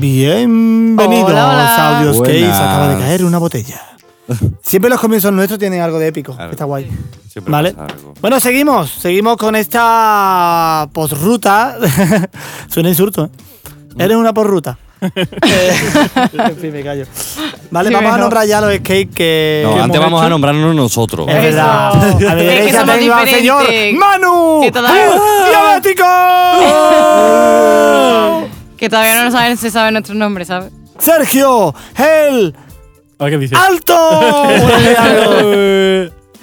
Bienvenidos Hola, hola. a Audios Case. Buenas. Acaba de caer una botella. Siempre los comienzos nuestros tienen algo de épico. Claro. Está guay. Siempre Vale. pasa algo. Bueno, seguimos. Seguimos con esta posruta. Suena insulto, ¿eh? Eres una posruta. Eh, en fin, me callo. Vale, Sí, vamos a mejor. nombrar ya los skates que. No, que antes hemos vamos a hecho. nombrarnos nosotros. Es Eso. verdad. A mi Es que derecha somos tengo al señor diferentes. Manu. ¡Ah! Que todavía- ¡Diabético! Que todavía no lo saben, se sabe nuestro nombre, ¿sabes? Sergio, el ¿Ahora qué dices? Ah, alto.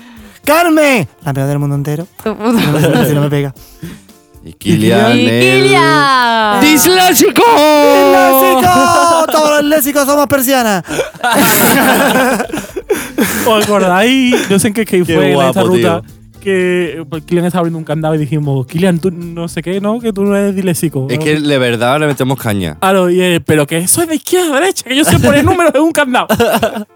Carmen, la peor del mundo entero. Tu puto. Si no me- si no me pega. Y Kilian. ¡Y el- Kilian! ¡Disléxico! ¡Léxico! Todos los léxicos somos persianas. ¿Os acordáis? No sé en qué, skate Qué fue en esta guapo, ruta. Que eh, Kilian estaba abriendo un candado y dijimos, Kilian, tú no sé qué, ¿no? Que tú no eres diléxico. Es ¿no? que de verdad le metemos caña. Claro, y él, pero que soy de izquierda a derecha, que yo sé poner números en un candado.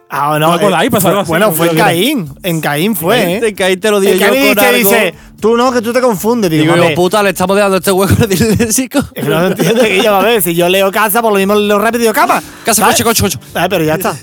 Ah, No me acuerdo, ahí pasó fue- algo así, Bueno, no fue en creo que- Caín. En Caín fue, ¿eh? Te caíste lo En dije yo Caín con dice, algo. dice, tú no, que tú te confundes. Digo, Digo, yo, "Hombre, puta, le estamos dejando este hueco al disléxico. es que no entiendo que yo, a ver, si yo leo casa, por lo mismo leo rápido y digo cama. Casa, ¿sabes? coche, coche, coche. Ah, pero ya está.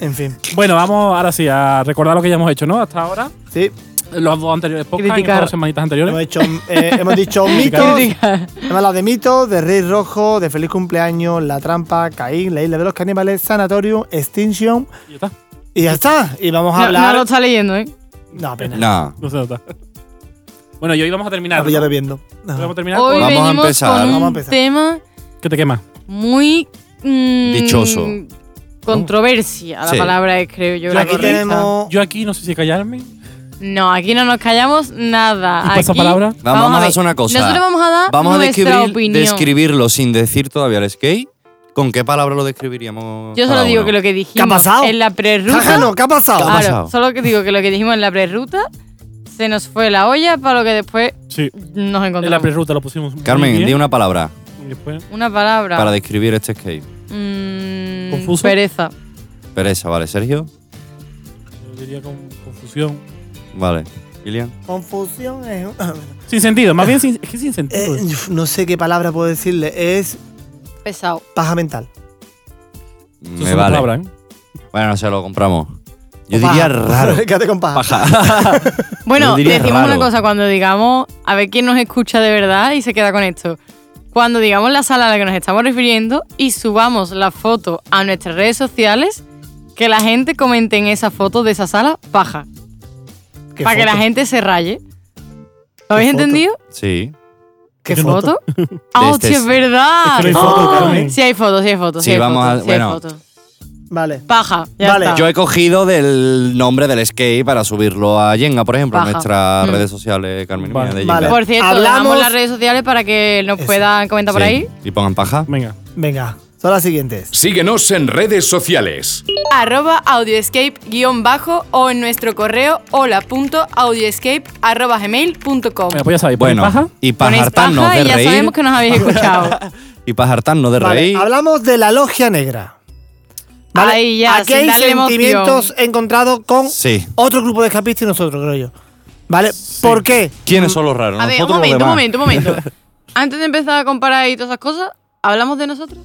En fin, bueno, vamos ahora sí a recordar lo que ya hemos hecho, ¿no? Hasta ahora, sí. los dos anteriores podcasts, y Criticar. las dos semanitas anteriores. Hemos, hecho, eh, hemos dicho mitos. Crítica. Hemos hablado de mitos, de Rey Rojo, de Feliz Cumpleaños, La Trampa, Caín, La Isla de los Caníbales, Sanatorium, Extinction. Y ya está. Y ya está. Y vamos a No, no hablar. lo está leyendo, ¿eh? No, apenas. Nah. No se nota. Bueno, y hoy vamos a terminar. Estaba Ah, pues ya bebiendo. No. Hoy Vamos a terminar Hoy Vamos a venimos empezar. con un Vamos a empezar. tema con... ¿Qué te quema? muy... mm, Dichoso. Controversia, la Sí. palabra es, creo yo. Yo la aquí correcta. tenemos. Yo aquí no sé si callarme. No, aquí no nos callamos nada. pues ¿Y pasapalabra? Aquí- Vamos, a ver. hacer una cosa. Nosotros vamos a dar Vamos a Ah, nuestra describir- opinión. describirlo sin decir todavía el skate. ¿Con qué palabra lo describiríamos? Yo solo cada digo uno? que lo que dijimos pasado? en la prerruta. Jájano, ¿qué ha pasado? Ah. Claro, pasado? solo que digo que lo que dijimos en la prerruta se nos fue la olla para lo que después Sí. nos En la encontramos. prerruta lo pusimos. muy Carmen, bien, di una palabra y después- Una palabra. para describir este skate. Mm, ¿Confuso? Pereza. Pereza, ¿vale? ¿Sergio? Yo diría con confusión. Vale. ¿Kilian? Confusión es. Sin sentido, más bien sin, es que sin sentido. Eh, uf, no sé qué palabra puedo decirle. Es Pesado. paja mental. Eso Me es una vale. palabra, ¿eh? Bueno, no sé, lo compramos. Yo O paja. diría raro. Quédate con paja. Bueno, diría decimos una raro. cosa cuando digamos, a ver quién nos escucha de verdad y se queda con esto. Cuando digamos la sala a la que nos estamos refiriendo y subamos la foto a nuestras redes sociales, que la gente comente en esa foto de esa sala paja. ¿Qué Para que la foto? gente se raye. ¿Lo habéis foto? entendido? Sí. ¿Qué ¿Qué foto? foto? ¡Ah, De hostia, este- es verdad! Es que no hay foto, ¡Ah! Carmen. Sí hay fotos, sí hay fotos. Sí, hay vamos fotos, a- sí hay bueno. fotos. Vale. Paja, ya Vale, está. Yo he cogido del nombre del skate para subirlo a Jenga, por ejemplo, Paja. en nuestras Mm. redes sociales, Carmen. y mía, Vale. de Vale. Jenga. Por cierto, Hablamos- damos las redes sociales para que nos Eso. puedan comentar por Sí. ahí. Y pongan paja. Venga. Venga, son las siguientes. Síguenos en redes sociales. arroba audioescape-bajo o en nuestro correo hola.audioescape.gmail.com Venga, pues ya sabéis, Bueno, ponéis paja. y Ponéis pajartarnos paja de y ya reír. sabemos que nos habéis escuchado. Y pajartarnos de Vale, reír. hablamos de la logia negra. Ahí ya, Aquí sin hay darle sentimientos emoción. encontrados con Sí. otro grupo de escapistas y nosotros, creo yo. ¿Vale? ¿Por qué? ¿Quiénes son los raros? A ver, un Nosotros o los momento, un demás. momento, un momento. Antes de empezar a comparar y todas esas cosas, ¿hablamos de nosotros?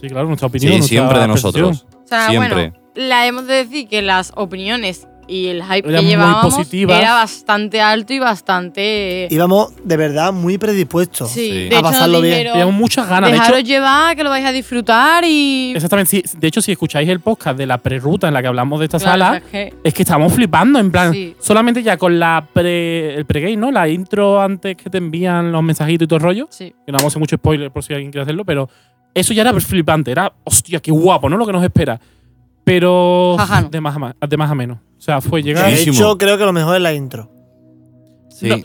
Sí, claro, nuestra Sí, opinión. nuestra siempre de percepción. nosotros. O sea, siempre. bueno, la hemos de decir que las opiniones y el hype Eran que muy llevábamos positivas. era bastante alto y bastante... Íbamos de verdad muy predispuestos. sí, Sí. de A hecho nos pasarlo bien. dijeron, Teníamos muchas ganas. Ah, De hecho, Dejaros llevar, que lo vais a disfrutar y... exactamente. sí, de hecho, si escucháis el podcast de la prerruta en la que hablamos de esta Claro, sala, o sea, es que- es que estábamos flipando. En plan, Sí. solamente ya con la pre, el pregame, ¿no? La intro antes que te envían los mensajitos y todo el rollo. Sí. Que no vamos a hacer mucho spoiler por si alguien quiere hacerlo, pero eso ya era flipante. Era, hostia, qué guapo, ¿no? Lo que nos espera. Pero. Ajá, no. De más a, ma- de más a menos. O sea, fue llegar. De Buenísimo. hecho, creo que lo mejor es la intro. Sí. No,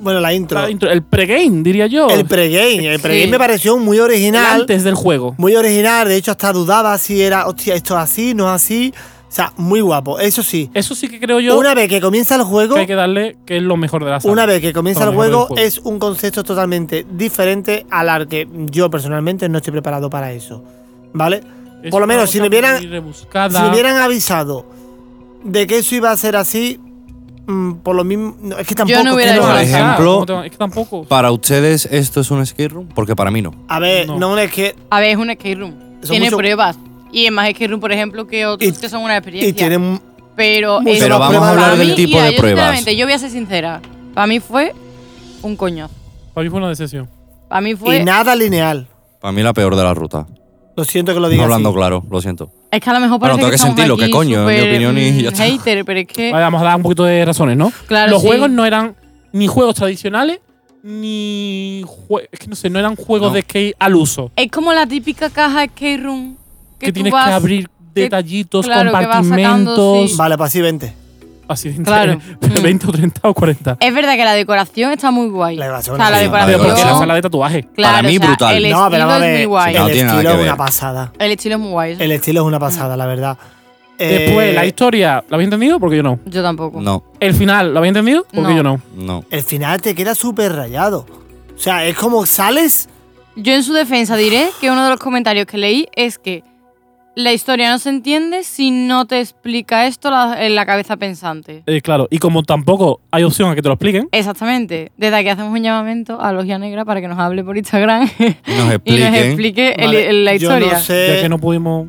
Bueno, la intro. La intro- el pregame, diría yo. El pregame. El pregame Sí. me pareció muy original. antes del juego. Muy original. De hecho, hasta dudaba si era, hostia, esto es así, no es así. O sea, muy guapo. Eso sí. Eso sí que creo yo una vez que comienza el juego, que hay que darle que es lo mejor de la saga. Una vez que comienza el Lo mejor del juego, es un concepto totalmente diferente al arte. Yo personalmente no estoy preparado para eso. ¿Vale? Es Por lo una menos, si cosa me hubieran, muy si rebuscada. me hubieran avisado de que eso iba a ser así, mm, por lo mismo. no, es que tampoco. es que hubiera no- hecho Por nada. ejemplo- ¿Cómo te va? es que tampoco. ¿Para ustedes esto es un escape room? Porque para mí no. A ver, No. no. es que. A ver, es un escape room. Son Tiene mucho- pruebas. Y es más escape room, por ejemplo, que otros Y- que son una experiencia. Y tienen. pero mucho es- Pero vamos a para hablar del mí- tipo mira, de yo pruebas. sinceramente, yo voy a ser sincera. Para mí fue un coño. Para mí fue una decepción. Para mí y fue... nada lineal. Para mí la peor de la ruta. Lo siento que lo No diga. hablando así. claro, lo siento. Es que a lo mejor Bueno, parece tengo que que estamos sentirlo, aquí que coño, en mi súper, opinión, y mm, ya está. hater, pero es que... Vale, vamos a dar un poquito de razones, ¿no? Eh. Claro, Los sí. juegos no eran ni juegos tradicionales, ni. jue- es que no sé, no eran juegos No. de skate al uso. Es como la típica caja escape room que, Que, tú tienes vas- que abrir detallitos, claro, que vas compartimentos. sacando, sí. Vale, pues así 20. Así, de- Claro. 20 o 30 o 40. Es verdad que la decoración está muy guay. La decoración o sea, la es una decoración... Pero Claro. porque la sala de tatuaje. claro, Para mí, o sea, brutal. El no, estilo pero vamos a es ver. muy guay. No, El tiene nada estilo que es una ver. pasada. El estilo es muy guay. eso. El estilo es una pasada, la verdad. Después, Eh, la historia, ¿la habéis entendido? Porque yo no. Yo tampoco. No, El final, ¿lo habéis entendido? Porque No. yo no. no. El final te queda súper rayado. O sea, es como sales. Yo en su defensa diré que uno de los comentarios que leí es que la historia no se entiende si no te explica esto la- en la cabeza pensante. Eh, claro, y como tampoco hay opción a que te lo expliquen, Exactamente. Desde aquí hacemos un llamamiento a Logia Negra para que nos hable por Instagram Y Nos y nos expliquen. explique el- Vale, el- la yo historia. no sé- ya que no pudimos.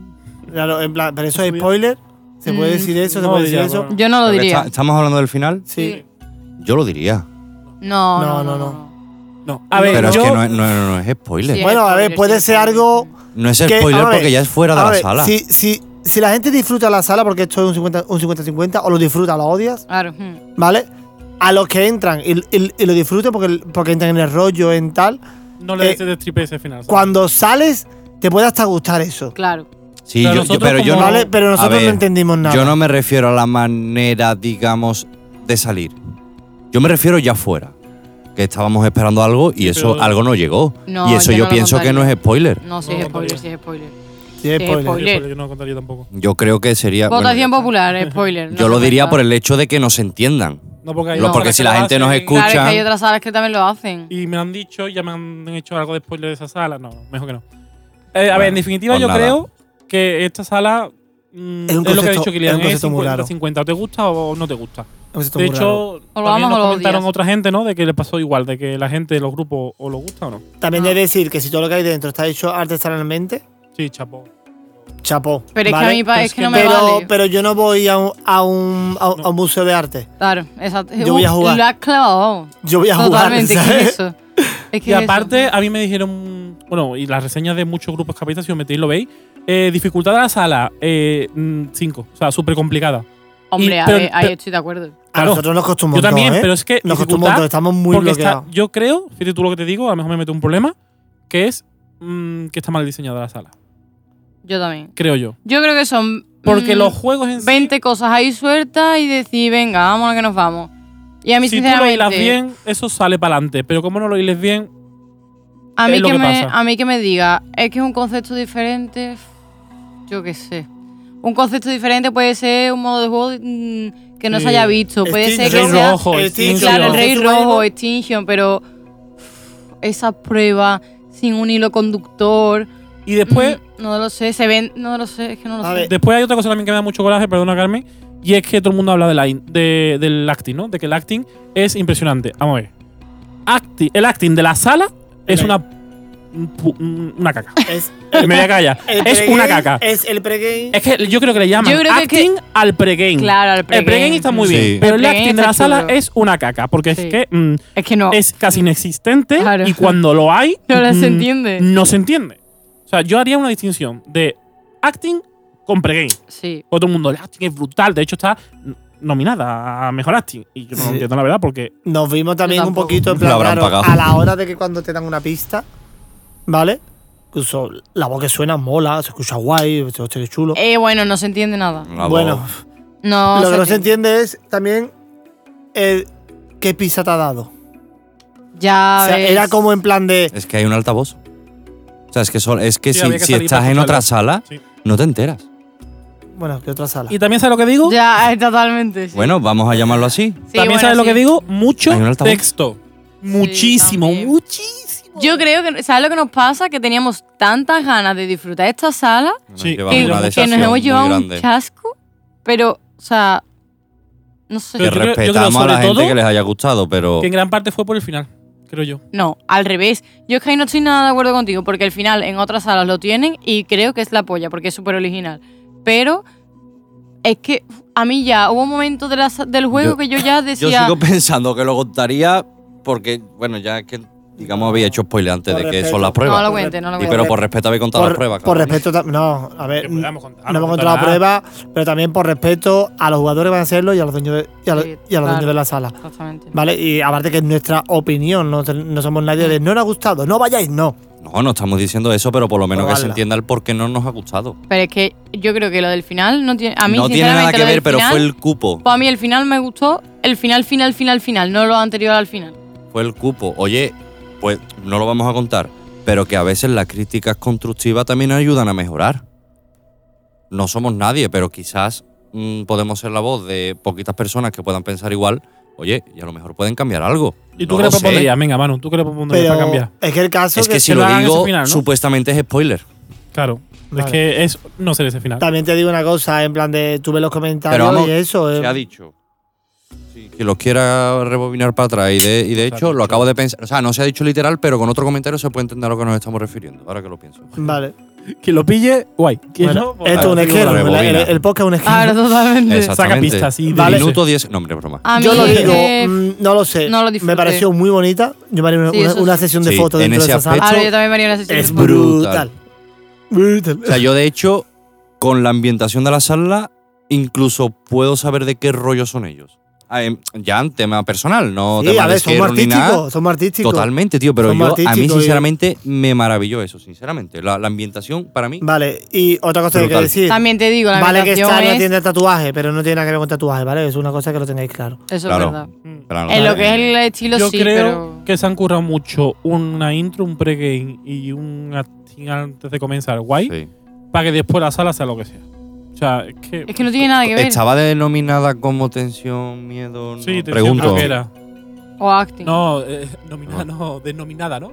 Claro, en plan, pero eso es spoiler. ¿Se puede Mm, decir eso? ¿Se no puede decir diría, eso? bueno. Yo no lo Porque diría. está- ¿Estamos hablando del final? Sí. Yo lo diría. No, No, no, no, no. no. No, a ver, Pero es yo- que no es, no es- no es spoiler. Sí, Bueno, a ver, spoiler, puede sí, ser spoiler. algo. No es que- spoiler vamos a ver, porque ya es fuera de vamos la a ver, sala. Si, si, si la gente disfruta la sala, porque esto es un 50-50, un 50-50, o lo disfruta o lo odias, Claro. mm. ¿vale? A los que entran y, y- y lo disfrutan porque, porque entran en el rollo, en tal. no le eh, destripe ese final. ¿sabes? Cuando sales, te puede hasta gustar eso. Claro. Sí, Pero yo- yo- nosotros pero yo como- no, ¿Vale? Pero A nosotros ver, no entendimos nada. Yo no me refiero a la manera, digamos, de salir. Yo me refiero ya fuera. Que estábamos esperando algo y eso pero- algo no llegó. No, y eso yo yo, no lo pienso que no es spoiler. No, si No, es no spoiler, podría. si es spoiler. Sí, es sí, spoiler. spoiler. Yo no contaría tampoco. Yo creo que sería. bueno, Votación ya está. popular, eh, spoiler. no Yo lo se diría cuenta. por el hecho de que nos entiendan. No, porque, hay Lo- otras porque que si lo la gente nos hacen escucha- Claro, es que hay otras salas que también lo hacen. Y me lo han dicho, ya me han hecho algo de spoiler de esa sala. No, mejor que no. Eh, a ver, en Bueno, definitiva, pues yo nada. creo que esta sala. mm, Es un lo que ha concepto- dicho es Kilian, un es concepto muy 50, raro. 50, o te gusta o no te gusta. Hemos visto de muy raro. hecho, O Pues lo también amas nos o lo comentaron odias. otra gente, ¿no? De que le pasó igual, de que la gente de los grupos o lo gusta o no. También Ah. he de decir que si todo lo que hay dentro está hecho artesanalmente, Sí, chapo. chapó. Pero es ¿vale? que a mí pa- Pero es es que que no me pero, vale. pero yo no voy a un, a, un, a, un- a un museo de arte. claro, exacto. Yo voy a Uh, jugar. Lo has clavado. Yo voy a Totalmente, jugar. ¿qué ¿sabes? es eso? Es que y es aparte, eso. a mí me dijeron, bueno, y las reseñas de muchos grupos capitalistas, si os metéis, lo veis. eh, dificultad de la sala, 5. o sea, súper complicada. Hombre, y- a pero- ver, ahí pero- estoy de acuerdo. A Claro. nosotros nos costó un Yo montón. también, ¿eh? pero es que nos costó un dificultad, montón. Estamos muy porque está, bloqueados. yo creo, fíjate tú lo que te digo, a lo mejor me meto un problema, que es mm, que está mal diseñada la sala. Yo también. Creo yo. Yo creo que son. Porque mm, los juegos en sí, 20 cosas ahí sueltas y decir, venga, vámonos que nos vamos. Y a mí, si tú lo sinceramente. hilas bien, eso sale para adelante. Pero como no lo hiles bien, a, mí es lo que que me, pasa. a mí que me diga, es que es un concepto diferente. Yo qué sé. Un concepto diferente puede ser un modo de juego mm, que no Sí. se haya visto. Puede Steam ser que Rey sea. Rojo, el Steam Steam Claro, el Survival. Rey Survival. Rojo, Extinction, pero uf, esa prueba sin un hilo conductor. y después mm, no lo sé, se ven. No lo sé, es que no lo A sé. ver. Eh, Después hay otra cosa también que me da mucho coraje, perdona Carmen, y es que todo el mundo habla de la in- de- del acting, ¿no? De que el acting es impresionante. Vamos a ver. Acti- el acting de la sala es El- una pu- una caca. Eh, Es, Me voy a callar. el Es pregame- una caca. Eh. Es el pregame. Es que yo creo que le llaman Yo creo que- acting al pregame. Claro, al El pregame está muy Sí. bien, pero El el, pregame acting de está la sala chulo. es una caca, porque Sí. es que mm, Es que no. es casi inexistente Claro. y cuando lo hay No lo se mm, entiende. No se entiende. O sea, yo haría una distinción de acting con pregame. Sí. Todo el mundo, el acting es brutal. De hecho, está nominada a mejor acting. Y yo no lo Sí. entiendo la verdad porque. Nos vimos también Yo un tampoco. poquito en Lo plan habrán raro, pagado. a la hora de que cuando te dan una pista, ¿vale? Incluso la voz que suena mola, se escucha guay, hostia, qué chulo. Eh, bueno, no se entiende nada. La voz- bueno, No. lo que no se entiende es también el, qué pista eh, te ha dado. Ya O sea, ves. era como en plan de. Es que hay un altavoz. O sea, es que, sol- es que Sí, si, había que si salir estás para en otra escucharla. sala, Sí. no te enteras. Bueno, que otra sala. Y también sabes lo que digo. Ya, eh, totalmente. sí. Bueno, vamos a llamarlo así. Sí, también bueno, sabes lo sí. que digo. Mucho Hay un altavoz. texto. Muchísimo, también. muchísimo. Yo creo que, ¿sabes lo que nos pasa? Que teníamos tantas ganas de disfrutar esta sala Sí, Nos llevamos que, una que decepción nos hemos muy llevado un grande. chasco, pero, o sea, no sé. Yo Que creo- yo creo respetamos a la sobre gente todo- que les haya gustado, pero Que en gran parte fue por el final, creo yo. No, al revés. Yo es que ahí no estoy nada de acuerdo contigo, porque al final en otras salas lo tienen y creo que es la polla, porque es súper original. Pero es que uf, a mí ya hubo un momento de la sa- del juego Yo- que yo ya yo decía. sigo pensando que lo contaría porque, bueno, ya que, digamos, había hecho spoiler antes Por de que respeto. son las no lo pruebas. cuente, no lo Y cuente. pero por respeto habéis contado las pruebas. por cabrón. respeto tam- No, a ver. Que No podamos hemos contar, no encontrado la contar prueba, pero también por respeto a los jugadores que van a hacerlo y a los dueños de, y a los- Sí, y a los dueños claro. de la sala. Exactamente. ¿Vale? Y aparte que es nuestra opinión, no, ten- no somos nadie de no nos ha gustado, no vayáis, no. No, no estamos diciendo eso, pero por lo menos que se Probarla. entienda el por qué no nos ha gustado. Pero es que yo creo que lo del final no tiene. A mí, no tiene nada que sinceramente, lo del ver, pero final, fue el cupo. pues a mí el final me gustó. El final, final, final, final. No lo anterior al final. Fue el cupo. Oye, pues no lo vamos a contar, pero que a veces las críticas constructivas también ayudan a mejorar. No somos nadie, pero quizás mm, podemos ser la voz de poquitas personas que puedan pensar igual. Oye, y a lo mejor pueden cambiar algo. ¿Y tú No qué le lo sé. propondrías? Venga, Manu, ¿tú qué le propondrías Pero para cambiar? es que el caso Es que que si lo lo hagan digo, ese final, ¿no? supuestamente es spoiler. Claro. Es Vale. que es no ser ese final. También te digo una cosa, en plan de tú ves los comentarios Pero vamos, y eso. eh, Se ha dicho. Sí, que los quiera rebobinar para atrás. Y de, y de ha hecho, dicho. lo acabo de pensar. O sea, no se ha dicho literal, pero con otro comentario se puede entender a lo que nos estamos refiriendo. Ahora que lo pienso. Vale. Quien lo pille, guay. Quien Bueno, no, pues- esto es un vale. esquero. Rebobina. El, el podcast es un esquero. Claro, totalmente. Exacto. saca exactamente. pistas. Y Vale. Minuto 10. No, hombre, broma. A mí, Yo lo digo, eh, mm, no lo sé. no lo me disfruté. pareció muy bonita. Yo me haré una, Sí, una- eso una sí. Ah, sesión de Sí, fotos en dentro de ese esa sala. aspecto- ahora yo también me haría una sesión de Es fotos. brutal. Brutal. O sea, yo de hecho, con la ambientación de la sala, incluso puedo saber de qué rollo son ellos. Ah, em, Ya en tema personal, no Sí, tema a ver, de somos esquero ni nada. artísticos, somos artísticos. Totalmente, tío. Pero Son yo, a mí, artísticos y- sinceramente, me maravilló eso, sinceramente. La, la ambientación, para mí, Vale, y otra cosa que hay Brutal. que decir. También te digo, la vale que habitación está en la es- tienda de tatuaje, pero no tiene nada que ver con tatuaje, ¿vale? Es una cosa que lo tengáis claro. Eso Claro. es verdad. para En lo nosotros. que es el estilo Yo sí, creo pero que se han currado mucho una intro, un pregame y un acting antes de comenzar guay, Sí. para que después la sala sea lo que sea. O sea, es que. es que no tiene nada que ver Estaba denominada como tensión, miedo. No, sí, te pregunto. creo que era. o acting. No, eh, nominada, no, desnominada, ¿no?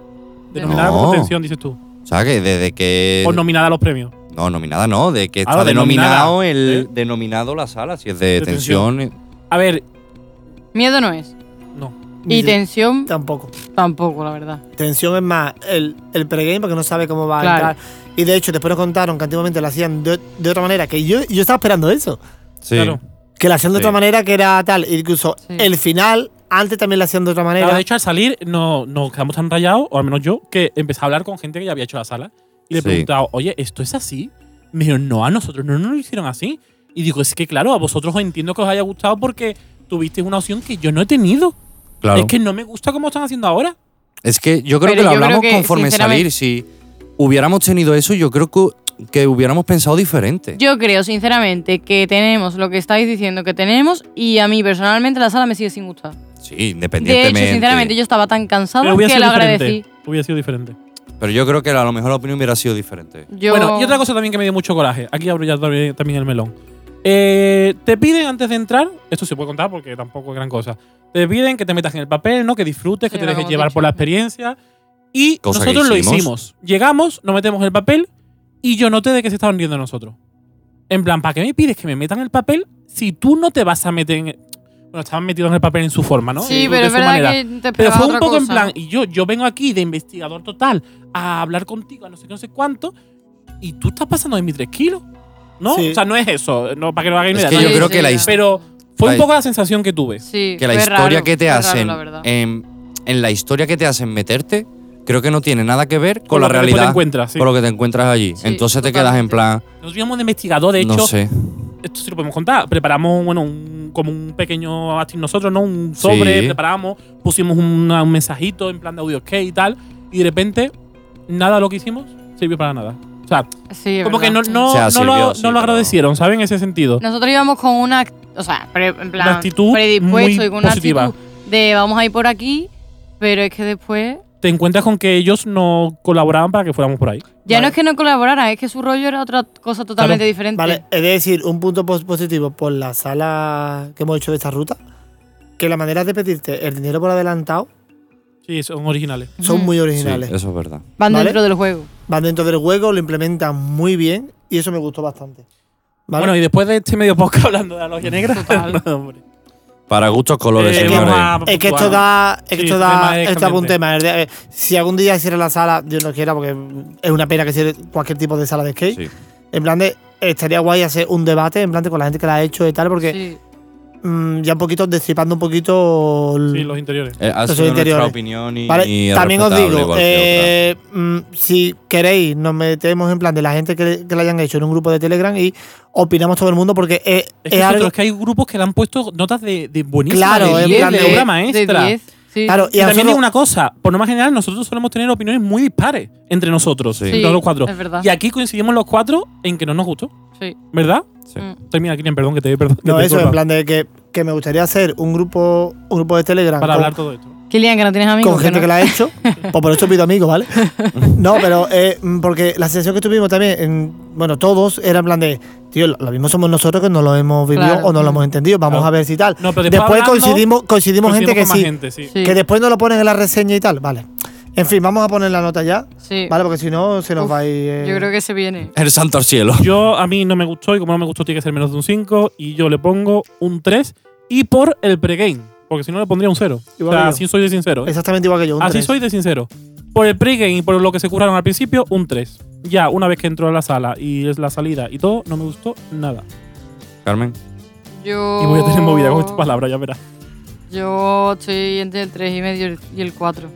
Denominada No. Eh, como tensión, dices tú. O sea, que desde que. O nominada a los premios. no, nominada no, de que Ah, ¿Eh? está denominado el denominado la sala, si es de, De tensión. A ver, Miedo no es. no. Y Dice, tensión Tampoco. tampoco, la verdad. Tensión es más el, el pregame porque no sabe cómo va Claro. a entrar. Y de hecho, después nos contaron que antiguamente lo hacían de, de otra manera, que yo, yo estaba esperando eso. Sí. Claro. Que lo hacían de Sí. otra manera, que era tal. Incluso Sí. el final, antes también lo hacían de otra manera. Claro, de hecho, al salir no, nos quedamos tan rayados, o al menos yo, que empecé a hablar con gente que ya había hecho la sala. Y le he Sí. preguntado, oye, ¿esto es así? Me dijeron, no, a nosotros no nos lo hicieron así. Y digo, es que claro, a vosotros os entiendo que os haya gustado porque tuvisteis una opción que yo no he tenido. Claro. Es que no me gusta cómo están haciendo ahora. Es que yo creo que Pero lo yo creo hablamos que, conforme salir. sinceramente- Si hubiéramos tenido eso, yo creo que, que hubiéramos pensado diferente. Yo creo, sinceramente, que tenemos lo que estáis diciendo que tenemos y a mí personalmente la sala me sigue sin gustar. sí, De hecho, independientemente. sinceramente, yo estaba tan Pero cansada hubiera que lo sido agradecí. diferente. Hubiera sido diferente. Pero yo creo que a lo mejor la opinión hubiera sido diferente. Yo, Bueno, y otra cosa también que me dio mucho coraje. Aquí abro ya también también el melón. Eh, te piden antes de entrar, esto se puede contar porque tampoco es gran cosa. Te piden que te metas en el papel, ¿no? Que disfrutes, que Sí, te lo dejes hemos llevar dicho. por la experiencia. Y Cosa que nosotros lo hicimos. hicimos. Llegamos, nos metemos en el papel y yo noté de que se estaban riendo de nosotros. En plan, ¿para qué me pides que me metan en el papel si tú no te vas a meter en. Bueno, estaban metidos en el papel en su forma, ¿no? Sí, De- pero de es su verdad manera. que te Pero esperaba fue un otra poco en cosa. plan, y yo, yo vengo aquí de investigador total a hablar contigo, a no sé qué, no sé cuánto, y tú estás pasando de mis tres kilos. ¿No? Sí. O sea, no es eso, no, para que lo hagáis Es idea, que ¿no? yo Sí, creo sí, que la ya. historia. Pero fue un Ay. poco la sensación que tuve. Sí, que la fue historia raro, que te fue raro, hacen la verdad. en, en la historia que te hacen meterte creo que no tiene nada que ver con, Con la lo que después te realidad encuentras, sí. con lo que te encuentras allí Sí, entonces te quedas en plan Nos vimos de investigador, de hecho, no sé esto sí lo podemos contar. Preparamos, bueno, un- como un pequeño acting nosotros, ¿no? Un sobre, Sí. preparamos, pusimos una- un mensajito en plan de audio ok y tal, y de repente, nada de lo que hicimos sirvió para nada. O sea, Sí, es como que no, verdad. no, O sea, no sirvió, lo, sí, no lo pero- agradecieron, ¿saben? En ese sentido. Nosotros íbamos con una, act- o sea, pre- en plan, actitud predispuesto muy y con una positiva. actitud de vamos a ir por aquí Pero es que después. Te encuentras con que ellos no colaboraban para que fuéramos por ahí. Ya no es que no colaborara, es que su rollo era otra cosa totalmente diferente. Vale, es decir, un punto pos- positivo por la sala que hemos hecho de esta ruta, que la manera de pedirte el dinero por adelantado Sí, son originales. son muy Sí, originales. eso es verdad. Van Vale. dentro del juego. Van dentro del juego, lo implementan muy bien y eso me gustó bastante. ¿Vale? Bueno, y después de este medio podcast hablando de la logia negra. no, hombre. Para gustos colores, Eh, señores. vamos a- es que esto Portugal. da, es que Sí, esto este da, tema es esto da un cambiante. tema. El de- eh, si algún día cierra la sala, Dios no quiera, porque es una pena que cierre cualquier tipo de sala de skate. Sí. En plan de, estaría guay hacer un debate, en plan de con la gente que la ha hecho y tal, porque Sí. mm, ya un poquito destripando un poquito Sí, el- los interiores. Eh, ha Los sido nuestra interiores. opinión y, Vale, y es también os respetable, digo, igual que eh, mm, si queréis, nos metemos en plan de la gente que, que la hayan hecho en un grupo de Telegram y opinamos todo el mundo porque es, Es es que, nosotros algo. que hay grupos que le han puesto notas de, de buenísima, Claro, de en 10, plan de de- obra De maestra. 10. Sí. Claro, Y, y a nosotros- también digo una cosa, por norma general nosotros solemos tener opiniones muy dispares entre nosotros, Sí. entre Sí, los cuatro. es verdad. Y aquí coincidimos los cuatro en que no nos gustó, Sí. ¿verdad? Sí. Mm. Termina, Kirian, perdón, que te perdón. que No, te he eso, en cortado. plan de que, que me gustaría hacer un grupo, un grupo de Telegram Para con, hablar todo esto. Kilian, que no tienes amigos. con gente no. que la ha hecho. pues por esto pido amigos, ¿vale? No, pero eh, mm, porque la sensación que tuvimos también, en- bueno, todos era en plan de, tío, lo lo mismo somos nosotros que no lo hemos vivido Claro. o no lo hemos entendido, vamos Claro. a ver si tal. No, pero después después hablando, coincidimos, coincidimos, gente que Coincidimos sí. con más gente, sí. Sí. Que después no lo ponen en la reseña y tal, vale. En fin, vamos a poner la nota ya, Sí. ¿vale? Porque si no, se nos Uf, va a ir. eh, Yo creo que se viene. está. El santo al cielo. Yo a mí no me gustó y como no me gustó tiene que ser menos de un 5 y yo le pongo un 3 y por el pregame, porque si no le pondría un 0. O Igual que yo. sea, así soy de sincero. ¿eh? Exactamente igual que yo. un Así tres. soy de sincero. Por el pregame y por lo que se curaron al principio, un 3. Ya, una vez que entró a la sala y es la salida y todo, no me gustó nada. Carmen, Yo. Y voy a Oh. tener movida con esta palabra, ya verás. Yo estoy entre el 3 y medio y el 4.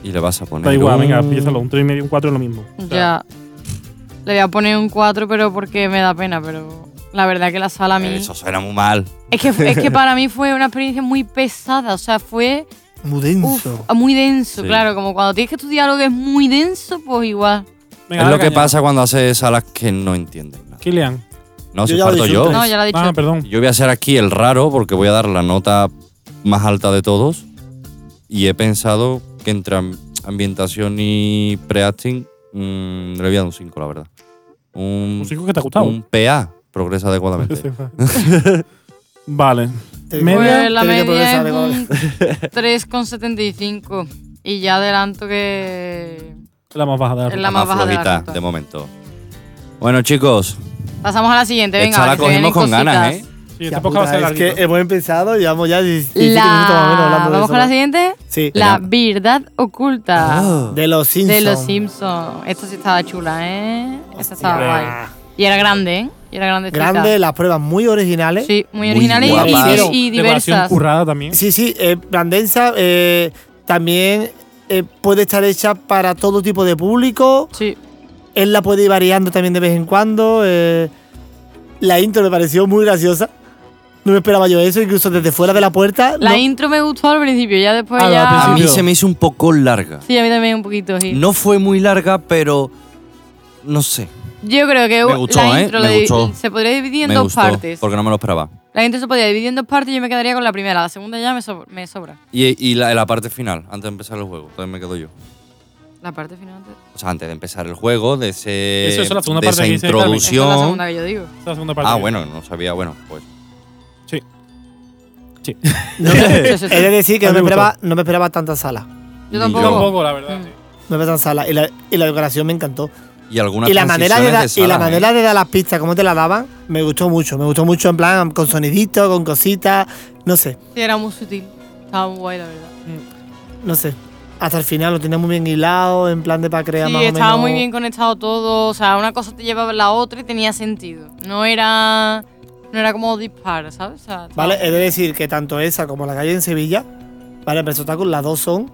y le vas a poner. Da igual, un- venga, piénsalo. Un 3 y medio, un 4 es lo mismo. O sea, Ya. Le voy a poner un 4, pero porque me da pena, pero la verdad que la sala a mí. Eso suena muy mal. Es que, es que para mí fue una experiencia muy pesada, o sea, fue Muy uf, ah, denso. muy denso, Sí. claro, como cuando tienes que estudiar algo que es muy denso, pues igual. venga, es dale lo que caña. pasa cuando haces salas que no entienden nada. Kilian. No, Yo si ya lo parto he dicho yo. antes. ah, No, ya lo ha dicho. Ah, perdón. Yo voy a ser aquí el raro porque voy a dar la nota más alta de todos. Y he pensado que entre am- ambientación y pre-acting mm, le voy a dar un 5, la verdad. Un, Mm. Un 5 que te ha gustado. un PA progresa este, adecuadamente. vale. Te- Media, Pues la tiene que media progresar es de un 3,75 y ya adelanto que Es la más baja de la es ruta. la más baja de la flojita, ruta. de momento. Bueno, chicos, Pasamos a la siguiente, venga. esta la que se vienen cogimos con ganas, ¿eh? cositas. Sí, Ya, este podcast va a puta, ser es que larguito. hemos empezado, llevamos ya 17 minutos más o menos La... hablando Vamos de con la eso. siguiente. Sí. Ah, La verdad oculta. De los Simpsons. De los Simpsons. Esta sí estaba chula, ¿eh? Esta estaba guay. Y era grande, ¿eh? Y era grande. Grande, las pruebas muy originales. Sí, muy Muy originales y- guapas. y, y Decoración diversas. currada también. Sí, sí, eh, Brandensa eh, también eh, puede estar hecha para todo tipo de público. Sí, Él la puede ir variando también de vez en cuando. eh. la intro me pareció muy graciosa. No me esperaba yo eso, incluso desde fuera de la puerta. la no- intro me gustó al principio, ya después Ah, al ya. A principio. mí se me hizo un poco larga. Sí, a mí también un poquito. sí. No fue muy larga, pero no sé. Yo creo que Me gustó, la ¿eh? intro Me la divi- gustó. se podría dividir en Me dos gustó partes. porque no me lo esperaba. La intro se podría dividir en dos partes y yo me quedaría con la primera. La segunda ya me, sobra- me sobra. Y, y la, la parte final, antes de empezar el juego, también me quedo yo. La parte final. de- O sea, antes de empezar el juego, de ese Eso es la segunda de parte esa que dice Carmen. Esta es la introducción. segunda que yo digo. Esa es la segunda parte. Ah, bueno, no sabía, bueno, pues. Sí. Sí. no- Sí, sí, sí. he de decir que A no mí me, me gustó. esperaba, no me esperaba tanta sala. No Yo Ni Yo tampoco. tampoco, la verdad. sí. me esperaba tanta sala. Y la, y la decoración me encantó. Y algunas Y la, manera de transiciones dar- y la salas, manera ¿eh? de dar las pistas, como te las daban, me gustó mucho. Me gustó mucho en plan con sonidito, con cositas. No sé. Sí, era muy sutil. Estaba muy guay, la verdad. no sé, hasta el final lo tenía muy bien hilado, en plan de para crear Sí, más o estaba menos- muy bien conectado todo. O sea, una cosa te llevaba a la otra y tenía sentido. No era. No era como disparo, ¿sabes? O sea, estaba- Vale, es de decir que tanto esa como la calle en Sevilla, vale, pero obstáculos, las dos son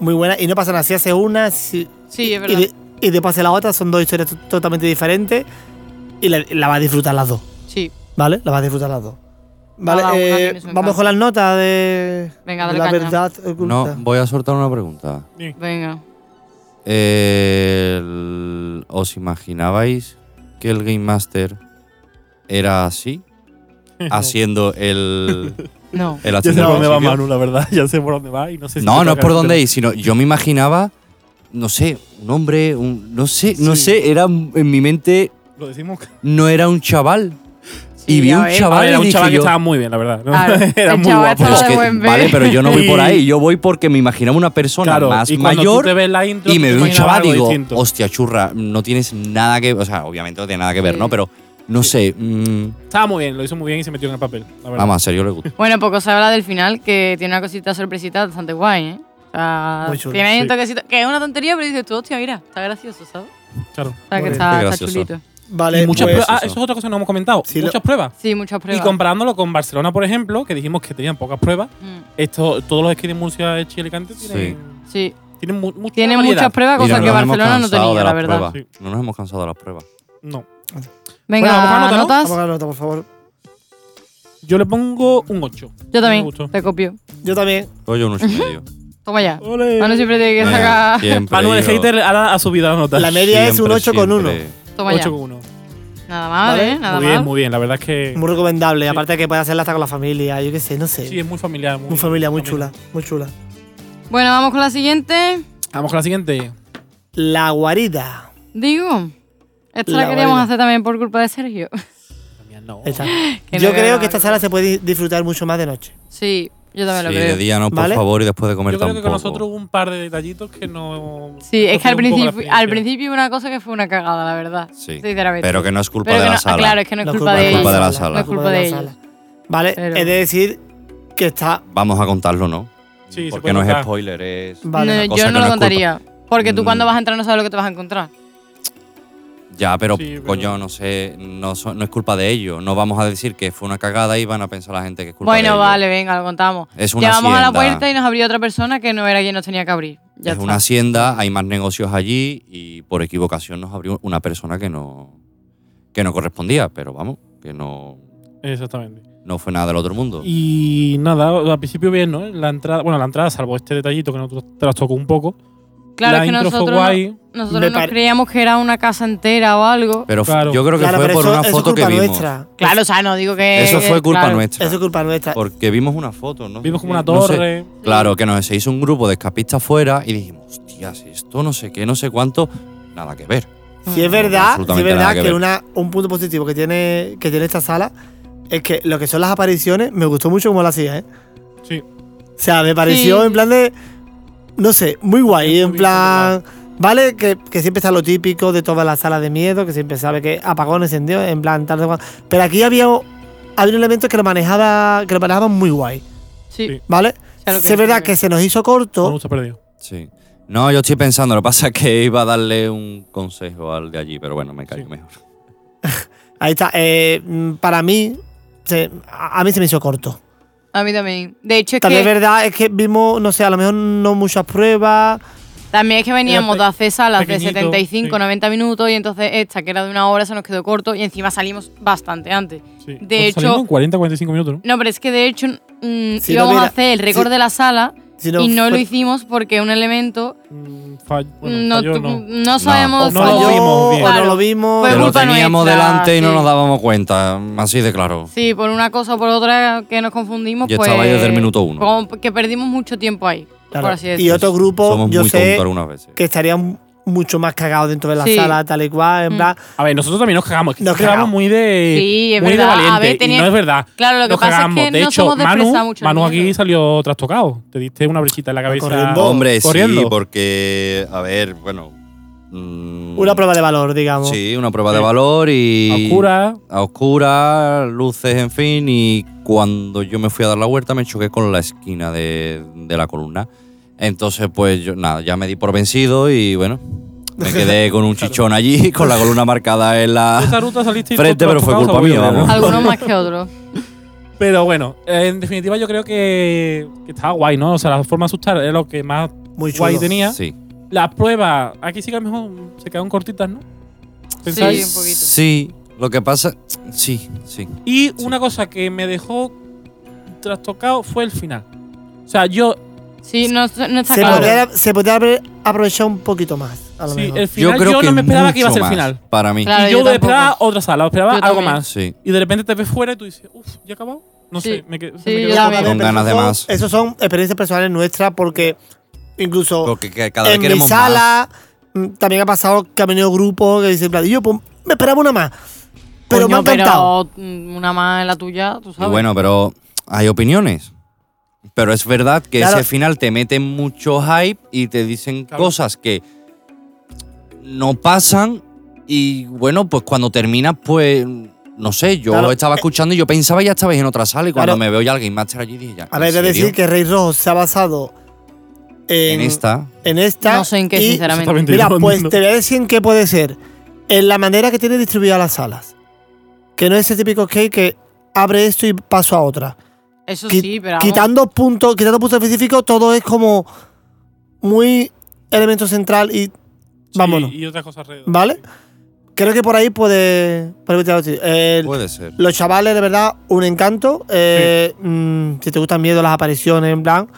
muy buenas y no pasa nada. Si hace una, si, Sí, y, es verdad. de, y después hace la otra, son dos historias to- totalmente diferentes y la, la vas a disfrutar las dos, Sí. ¿vale? La vas a disfrutar las dos. Vale, Cada una eh, tiene su vamos encanto. con las notas de, Venga, de dale la caña. verdad No, oculta. voy a soltar una pregunta. Venga. El- ¿Os imaginabais que el Game Master era así? Haciendo el, No. El Ya sé ascender por al dónde va sitio. Manu, la verdad. Ya sé por dónde va y no sé si No, te no es toca por el dónde pelo. ir, sino yo me imaginaba, no sé, un hombre, un, no sé, no Sí. sé, era un- en mi mente Lo decimos. no era un chaval. Sí, y vi a un ver. A chaval ver, y era un dije chaval que yo, estaba muy bien, la verdad. ¿no? Claro, era el muy chaval guapo. estaba "Pues de que- buen ver". vale, pero yo no voy por Y- ahí, yo voy porque me imaginaba una persona Claro, más y cuando tú mayor te ves la intro, y tú me te veo un imaginas chaval y algo digo, distinto. hostia churra, no tienes nada que, o sea, obviamente no tiene nada que ver, Sí. ¿no? Pero no sé, mm, Estaba muy bien, lo hizo muy bien y se metió en el papel. La verdad. vamos, a serio le gusta. Bueno, poco se habla del final, que tiene una cosita sorpresita bastante guay, ¿eh? O sea, Muy chulo, tiene ahí un sí. toquecito, que es una tontería, pero dices tú, hostia, mira, está gracioso, ¿sabes? Claro. O sea, que Muy está, bien. está Qué gracioso. chulito. Vale, Y muchas pues- pruebas. Ah, eso. eso es otra cosa que no hemos comentado. Sí, lo- muchas pruebas. Sí, muchas pruebas. Y comparándolo con Barcelona, por ejemplo, que dijimos que tenían pocas pruebas, Mm, esto, todos los skis de Murcia, Elche y Alicante tienen, Sí, tienen mu- mucha tiene variedad. muchas pruebas, Y cosa no que nos hemos Barcelona no cansado de tenía, la las verdad. pruebas. Sí. No nos hemos cansado de las pruebas. No. Venga, Bueno, vamos a anotar, notas. Vamos a la nota, por favor. Yo le pongo un 8. Yo Me gustó. también, te copio. Yo también. Todo yo un ocho y medio. Toma ya. Ole. Manu siempre tiene que sacar. Siempre Manuel digo- Hater ahora ha subido la nota. La media es un 8 con 1. siempre. Toma ya. 8 con 1. Nada mal, Vale, ¿eh? Nada muy bien, mal. muy bien. La verdad es que Muy recomendable. Aparte de que puedes hacerla hasta con la familia, yo qué sé, no sé. sí, es muy familiar. Muy, Una familia muy chula, muy chula. Bueno, vamos con la siguiente. Vamos con la siguiente. La guarida. Digo, esta la, La queríamos vaina. hacer también por culpa de Sergio. No. Esta. Yo Que no veo creo la que esta guarida. sala se puede disfrutar mucho más de noche. Sí, yo también lo Sí, de creo. día no, por ¿Vale? favor, y después de Yo comer creo tampoco. que con nosotros hubo un par de detallitos que no. Sí, es que al rompieron un poco la principio, al experiencia. principio una cosa que fue una cagada, la verdad. Sí, Sinceramente. Pero que no es culpa Pero de que la no- ah, sala. Claro, es que no es culpa, culpa de, de ellos. la sala. No es culpa de ellos. Vale, Pero- he de decir que está. Vamos a contarlo, ¿no? Sí, se Porque puede no es notar. spoiler, es. Vale. No, una cosa yo que no no lo es contaría. Porque tú Mm. cuando vas a entrar no sabes lo que te vas a encontrar. Ya, pero Sí, pero- coño, no sé, no, so- no es culpa de ellos. No vamos a decir que fue una cagada y van a pensar la gente que es culpa de Bueno, ellos. vale, venga, lo contamos. Es una Llevamos a la hacienda. puerta y nos abrió otra persona que no era quien nos tenía que abrir. es Ya está. una hacienda, hay más negocios allí y por equivocación nos abrió una persona que no que no correspondía, pero vamos, que no, Exactamente. no fue nada del otro mundo. Y nada, al principio bien, ¿no? La entrada, bueno, la entrada, salvo este detallito que nos trastocó un poco. Claro, la es que intro nosotros, fue no- guay. Me nosotros nos pare- creíamos que era una casa entera o algo. pero f- claro. yo creo que Claro, fue pero por eso, una eso foto es que culpa vimos. nuestra. claro, o sea, no digo que. Eso fue culpa Eh, claro. nuestra. Eso es culpa nuestra. Porque vimos una foto, ¿no? Vimos como una No sé. torre. Claro, que nos se hizo un grupo de escapistas fuera y dijimos, hostias, esto no sé qué, no sé cuánto, nada que ver. Si es No, verdad, si es absolutamente nada verdad que que, ver. una, un punto positivo que tiene, que tiene esta sala es que lo que son las apariciones, me gustó mucho cómo lo hacía, ¿eh? Sí. O sea, me pareció Sí. en plan de. No sé, muy guay. Sí, En muy bien, plan. Vale, que, que siempre está lo típico de todas las salas de miedo, que siempre sabe que apagón, encendió, en plan tal. tal, cual. Pero aquí había, había elementos que lo manejaba, que lo manejaban muy guay. Sí. Sí. ¿Vale? sea, lo que Sí, es verdad tiene- que se nos hizo Con corto. mucho perdido. Sí. No, yo estoy pensando, lo que pasa es que iba a darle un consejo al de allí, pero bueno, me callo Sí. mejor. Ahí está. eh, mm, para mí, se- a a mí se me hizo corto. A mí también. De hecho, es También que es verdad, es que vimos, no sé, a lo mejor no muchas pruebas. También es que veníamos pe- de hacer salas de pequeñito, 75, sí. 90 minutos y entonces esta, que era de una hora, se nos quedó corto y encima salimos bastante antes. Sí. De Pues hecho- salimos en 40, 45 minutos, ¿no? No, pero es que de hecho mm, Si no íbamos a hubiera- hacer el récord si- de la sala Si no y no lo fue- hicimos porque un elemento Mm, fall- bueno, no, falló, tu- no. no sabemos No falló, lo cómo- vimos o bien. no Claro. lo vimos. Fue Que lo culpa teníamos nuestra, delante y no sí. nos dábamos cuenta, así de claro. Sí, por una cosa o por otra que nos confundimos. Yo pues, estaba ahí desde el minuto uno. como que perdimos mucho tiempo ahí, Claro, por así y decirlo. otro grupo, Somos yo muy sé tontos algunas veces. que estarían mucho más cagados dentro de la Sí. Mm. sala, tal y cual, en plan. A ver, nosotros también nos cagamos. es que Nos siempre vamos cagamos. muy de. Sí, es muy de verdad. A valiente, ver, y tenía- no es verdad. Claro, lo que Nos pasa es cagamos. que de no hecho, somos de Manu, expresar mucho el Manu miedo. aquí salió trastocado. Te diste una brechita en la cabeza. Corriendo. Hombre, sí, Ah, corriendo. porque, a ver, bueno. mm, Una prueba de valor, digamos. Sí, una prueba de Sí. valor A y. oscuras. a oscuras, luces, en fin, y cuando yo me fui a dar la vuelta me choqué con la esquina de, de la columna. Entonces, pues yo, nada, ya me di por vencido y bueno, me quedé con un chichón allí, con la columna marcada en Esta la... ruta saliste y Ah, Frente, todo pero fue trastocado, culpa seguro, mía, ¿verdad? vamos. Algunos más que otros. Pero bueno, eh, en definitiva yo creo que, que estaba guay, ¿no? O sea, la forma de asustar era lo que más Muy chulo. guay tenía. Sí. Las pruebas, aquí sí que a lo mejor se quedaron cortitas, ¿no? ¿Pensáis? Sí, un poquito. Sí, lo que pasa... Sí, sí. Y Sí. una cosa que me dejó trastocado fue el final. O sea, yo... Sí, no, no está Se, claro. podría, se podría haber aprovechado un poquito más, a lo sí, mejor. el final yo yo, creo que no me esperaba que iba a mucho ser el más final. Para mí. Claro, y yo yo, tampoco. esperaba otra sala, esperaba Yo algo también. más. Sí. Y de repente te ves fuera y tú dices, uff, ya he acabado. No Sí. sé, me qued- Sí, se me yo quedó también. como- Con ganas de son- más. Esos son experiencias personales nuestras porque incluso Porque que- cada vez en mi queremos sala mm, también ha pasado que han venido grupos que dicen, en plan, yo pues, me esperaba una más. Pero me Coño, ha encantado. pero mm, una más en la tuya, tú más. sabes. Y bueno, pero hay opiniones. Pero es verdad que Claro. ese final te mete mucho hype y te dicen Claro. cosas que no pasan. Y bueno, pues cuando terminas, pues no sé, yo Claro. Eh, estaba escuchando y yo pensaba ya estabais en otra sala. Y cuando Claro. me veo ya al Game Master allí, dije ya. A ver, ¿en es decir serio? que Rey Rojo se ha basado en, en esta. en esta no sé en qué, y- sinceramente. Exactamente. Mira, Yo no pues entiendo. te voy a decir en qué puede ser. En la manera que tiene distribuidas las salas. Que no es ese típico cake que abre esto y paso a otra. Eso Qui- sí, pero. vamos. quitando puntos, quitando puntos específicos, todo es como muy elemento central y Sí, vámonos. Y otras cosas alrededor. ¿Vale? Creo que por ahí puede. puede meter algo así. Eh, Puede ser. los chavales, de verdad, un encanto. Eh, mm, si te gustan miedo las apariciones, en plan.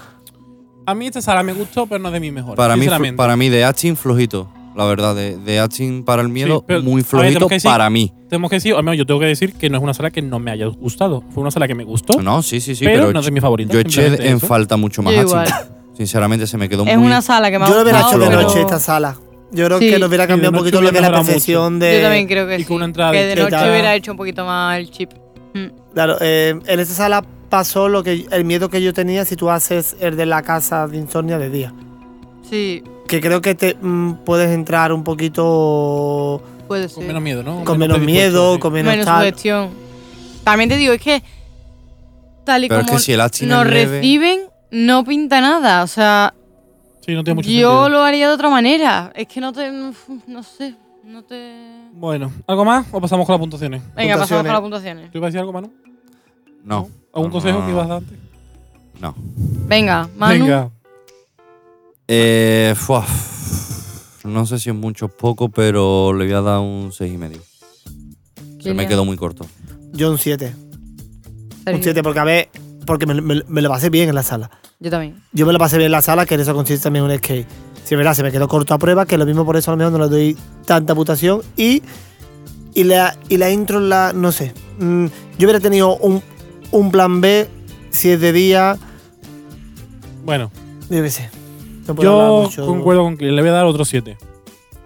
A mí esta sala me gustó, pero no es de mi mejor. Para mí, sinceramente. para mí, de acting flojito. La verdad, de, de acting para el miedo, Sí, pero- muy a ver, flojito tenemos que decir- para mí. Tenemos que decir, al menos yo tengo que decir que no es una sala que no me haya gustado. Fue una sala que me gustó. No, sí, sí, sí. Pero Pero, no es de ch- mis favoritas, Yo eché simplemente en eso. falta mucho más Yo acting. igual. Sinceramente, se me quedó Es muy. una sala que me ha Yo lo hubiera hecho gustado, de pero- noche esta sala. Yo creo Sí. que lo hubiera Sí, de cambiado un noche poquito lo hubiera que es la mejorado percepción de. Yo también creo que y sí. con una entrada que de distinta. noche hubiera hecho un poquito más el chip. Claro, eh, en esa sala pasó lo que el miedo que yo tenía si tú haces el de la casa de insomnia de día. Sí, Que creo que te mm, puedes entrar un poquito puede Con ser. menos miedo, ¿no? con menos miedo, predispuesto, con menos, menos tal. sugestión. También te digo, es que tal y Pero es como que si el acting nos es leve- reciben, no pinta nada. O sea, sí. Sí, no tiene yo mucho sentido. lo haría de otra manera. Es que no te. No sé. No te. Bueno, ¿algo más o pasamos con las puntuaciones? Venga, pasamos Puntuaciones. con las puntuaciones. ¿Tú ibas a decir algo, Manu? No. ¿Algún No, consejo no, que no, ibas a dar antes? No. Venga, Manu. Venga. Eh, fua. no sé si es mucho o poco, pero le voy a dar un 6 y medio. Se me Kilian, quedó muy corto. Yo un 7. Sergio. Un 7 porque a ver, porque me, me- me lo pasé bien en la sala. Yo también. Yo me lo pasé bien en la sala, que en eso consiste también un skate. Si es verdad, se me quedó corto a prueba, que lo mismo por eso a lo mejor no le doy tanta putación. Y, y, la, y la intro, la no sé. Mm, yo hubiera tenido un, un plan B, si es de día, Bueno, yo qué sé. No puedo hablar yo mucho. concuerdo con que le voy a dar otro 7.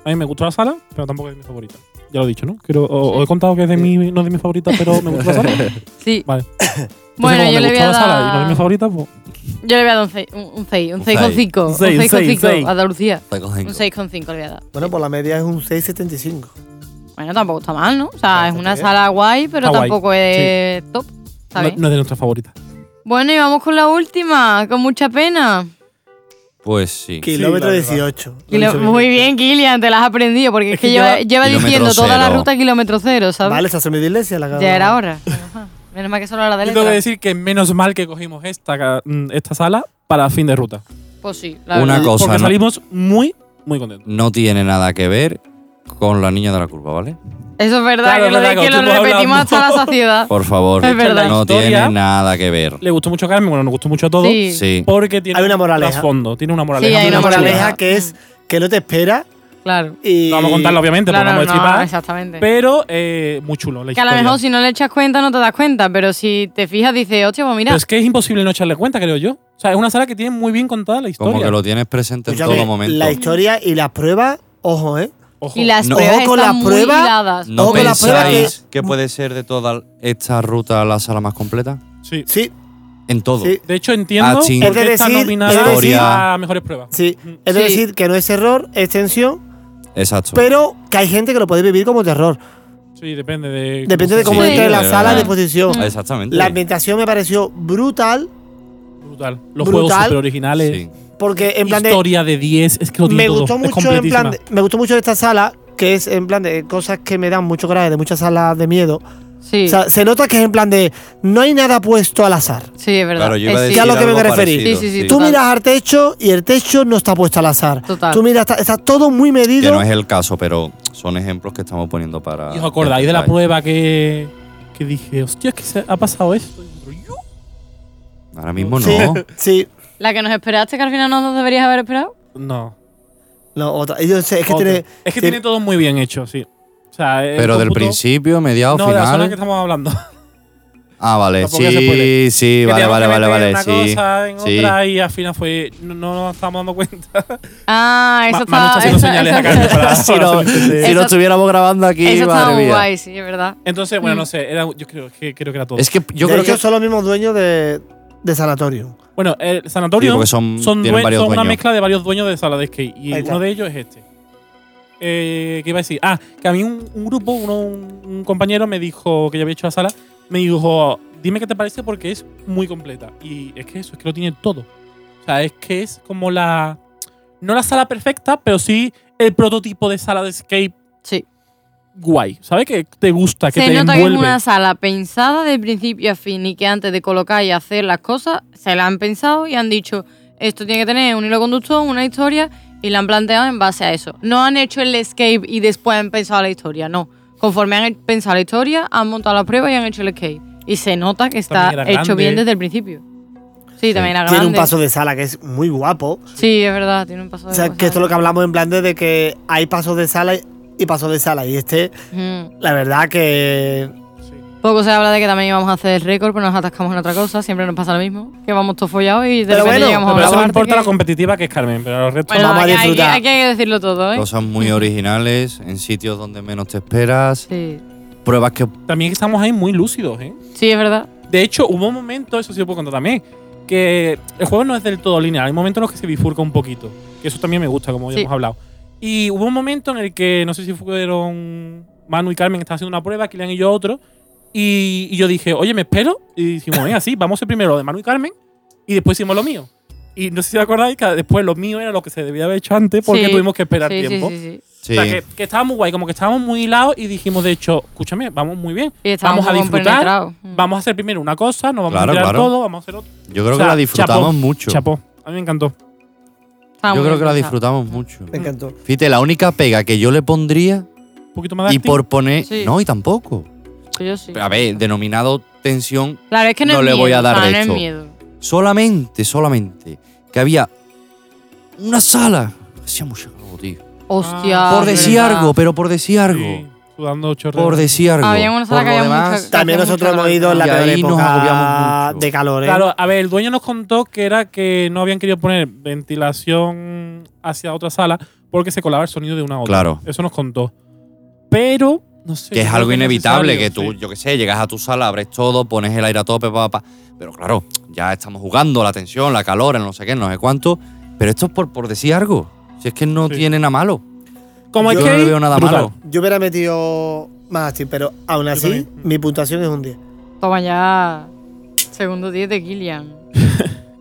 A mí me gustó la sala, pero tampoco es mi favorita. Ya lo he dicho, ¿no? Creo, o, o he contado que es de mi, no es de mi favorita, pero me gustó la sala. Entonces, Sí. Vale. Bueno, como yo me le voy gustó a pues la sala y no es mi dar. favorita, pues. Yo le voy a dar un 6. Un 6. Un Un 6 con seis. 5. Un Seis, 6 con seis, 5. seis. Andalucía. Está cogiendo. Un 6 con 5 le voy a dar. Bueno, por la media es un 6,75. Bueno, tampoco está mal, ¿no? O sea, Está es una bien. sala guay, pero Está guay, tampoco es top. Está No, bien. no es de nuestra favorita. Bueno, y vamos con la última, con mucha pena. Pues sí. Kilómetro la verdad. 18. Lo he Kilo- dicho bien. muy bien, Kilian, te las has aprendido, porque es, Es que, que lleva, lleva- lleva Kilómetro diciendo toda la cero. ruta kilómetro cero, ¿sabes? Vale, está semi de iglesia la ya cara. era hora. Ajá. Menos mal que solo era la de Yo tengo que letra. decir que menos mal que cogimos esta, mm, esta sala para fin de ruta. Pues sí, la Una verdad. cosa, porque ¿no? salimos muy, muy contentos. No tiene nada que ver con la niña de la curva, ¿vale? Eso es verdad, Claro, que, lo, verdad, que que lo tú no repetimos hablas hasta la mucho. saciedad. Por favor. Es verdad. No Historia- tiene nada que ver. Le gustó mucho a Carmen, bueno, nos gustó mucho a todos. Sí. Sí. Porque tiene Hay una un moraleja. trasfondo, tiene una moraleja. Sí, hay muy Hay una una chula. moraleja moraleja. que es que no te espera Claro. y. No vamos a contarla, obviamente, Claro, porque no no, vamos a destripar. exactamente. Pero eh, muy chulo la que a lo historia. mejor si no le echas cuenta no te das cuenta, pero si te fijas dices, hostia, pues mira, Pero es que es imposible no echarle cuenta, creo yo. O sea, es una sala que tiene muy bien contada la historia. Como que lo tienes presente en Escúchame, todo momento. La historia y las pruebas, ojo, ¿eh? Ojo. y las No. pruebas Ojo con están las muy pruebas. hiladas. ¿No Ojo con la prueba pensáis que puede ser de toda esta ruta la sala más completa? Sí. Sí, En todo. Sí. De hecho, entiendo Ah, sí. por Es de qué está decir- nominada es de decir- a mejores pruebas. sí. Es Sí. decir, que no es error, es tensión, Exacto. pero que hay gente que lo puede vivir como terror. Sí, depende de. Depende de cómo Sí, entre la de sala verdad. de posición. Ah, Exactamente. La ambientación me pareció brutal, Brutal. Los Brutal. juegos super originales. Sí. porque en plan de. historia de 10, es que lo tiene me todo. gustó es mucho en plan completísima. de- me gustó mucho esta sala que es en plan de cosas que me dan mucho coraje de muchas salas de miedo Sí, o sea, se nota que es en plan de no hay nada puesto al azar sí, es verdad. Claro, yo iba a Eh, sí. decir Ya lo que me algo referí. parecido, Sí, sí, sí, tú Total. miras al techo y el techo no está puesto al azar Total. tú miras está, está todo muy Que medido no es el caso, pero son ejemplos que estamos poniendo para. ¿Y os acordáis de la Ay, prueba que, que dije, hostia, es que se ha pasado esto? Ahora mismo no. sí Eh, sí La que nos esperaste, que al final no nos deberías haber esperado. No. no otra yo sé, es que Otro. tiene es que tiene todo muy bien hecho, sí. O sea, el pero del cómputo- principio, mediado, No, de la zona que final. estamos hablando. Ah, vale. Tampoco se Sí, puede. sí, Que vale, teníamos vale, que vale, meter vale. Una Sí. cosa en sí. otra y al final fue. No, no nos estábamos dando cuenta. Ah, Ma- eso Manu está está. haciendo eso- señales a eso- Carmen para- si para no, hacer entender. si no Eso- estuviéramos grabando aquí, Eso está madre muy mía. guay, sí, es verdad. Entonces, bueno, no sé. Era, yo creo que, creo que era todo. Es que yo Yo creo creo que. son los mismos dueños de, de sanatorio. bueno, el Sí, sanatorio porque son- son, Mm, tienen due- varios son una dueños. mezcla de varios dueños de sala de skate. Y Ahí está. uno de ellos es este. Eh, ¿Qué iba a decir? Ah, que a mí un, un grupo, uno, un, un compañero me dijo que ya había hecho la sala. Me dijo, dime qué te parece porque es muy completa. Y es que eso, es que lo tiene todo. O sea, es que es como la. No la sala perfecta, pero sí el prototipo de sala de skate Sí. guay. ¿Sabes? Que te gusta, que Se te nota que es envuelve. una sala pensada de principio a fin y que antes de colocar y hacer las cosas se la han pensado y han dicho esto tiene que tener un hilo conductor, una historia y la han planteado en base a eso. No han hecho el escape y después han pensado la historia, no. Conforme han pensado la historia, han montado la prueba y han hecho el escape. Y se nota que está También era hecho bien grande. desde el principio. Sí, también era grande. Tiene un paso de sala que es muy guapo. Sí, es verdad, tiene un paso de O sea, que esto es lo que hablamos en plan de, de que hay pasos de sala y pasos de sala. Y este, Mm. la verdad que... Poco se habla de que también íbamos a hacer el récord, pero nos atascamos en otra cosa. Siempre nos pasa lo mismo. Que vamos todos follados y de Pero repente bueno, llegamos a Pero una eso no parte importa que- lo competitiva que es Carmen, pero los restos. Bueno, Vamos a aquí, aquí- disfrutar. aquí hay que decirlo todo, ¿eh? Cosas muy originales, en sitios donde menos te esperas, Sí. pruebas que También estamos ahí muy lúcidos, ¿eh? sí, es verdad. De hecho, hubo un momento, eso sí lo puedo contar también, que el juego no es del todo lineal. Hay momentos en los que se bifurca un poquito. Que eso también me gusta, como ya Sí. hemos hablado. Y hubo un momento en el que, no sé si fueron Manu y Carmen, estaban haciendo una prueba, Kilian y yo otro. Y, y yo dije, oye, me espero. Y dijimos, venga, así, vamos a hacer primero lo de Manu y Carmen. Y después hicimos lo mío. Y no sé si os acordáis que después lo mío era lo que se debía haber hecho antes porque Sí. tuvimos que esperar Sí, sí, tiempo. sí, sí. Sí. O sea, que, que estaba muy guay, como que estábamos muy hilados y dijimos, de hecho, escúchame, vamos muy bien. Y estábamos Vamos a como disfrutar, compenetrados. Mm. vamos a hacer primero una cosa, nos vamos Claro, a tirar claro. todo, vamos a hacer otra. Yo creo O que sea, la disfrutamos chapó, mucho. Chapó, a mí me encantó. Estaba Yo creo muy bien que la pensado. disfrutamos mucho. Me encantó. Fíjate, la única pega que yo le pondría Un poquito más de y acting. por poner. Sí. No, y tampoco. Sí, Pues yo sí. A ver, denominado tensión, Claro, es que no, no es le miedo, voy a dar o sea, de no es esto. miedo. solamente, solamente, que había una sala. Hacía mucho calor, tío. Hostia. Ah, por es decir verdad. algo, pero por decir algo. Sí, sudando chorreos. Por decir algo. Había una sala Por que lo había demás, mucha- También Hace mucho nosotros hemos calor. ido en la Y peor ahí nos época agobiamos mucho. de calor, ¿eh? Claro, a ver, el dueño nos contó que era que no habían querido poner ventilación hacia otra sala porque se colaba el sonido de una a otra. Claro. Eso nos contó. Pero, no sé. que yo es creo algo inevitable, que necesario, tú, sí. yo qué sé, llegas a tu sala, abres todo, pones el aire a tope, papá. Pero claro, ya estamos jugando, la tensión, la calor, el no sé qué, el no sé cuánto. Pero esto es por, por decir algo. Si es que no Sí. tiene nada malo. Como yo es no que le veo nada brutal. malo. Yo hubiera metido más así, pero aún así, también. mi puntuación es un 10. Toma ya. Segundo 10 de Killian.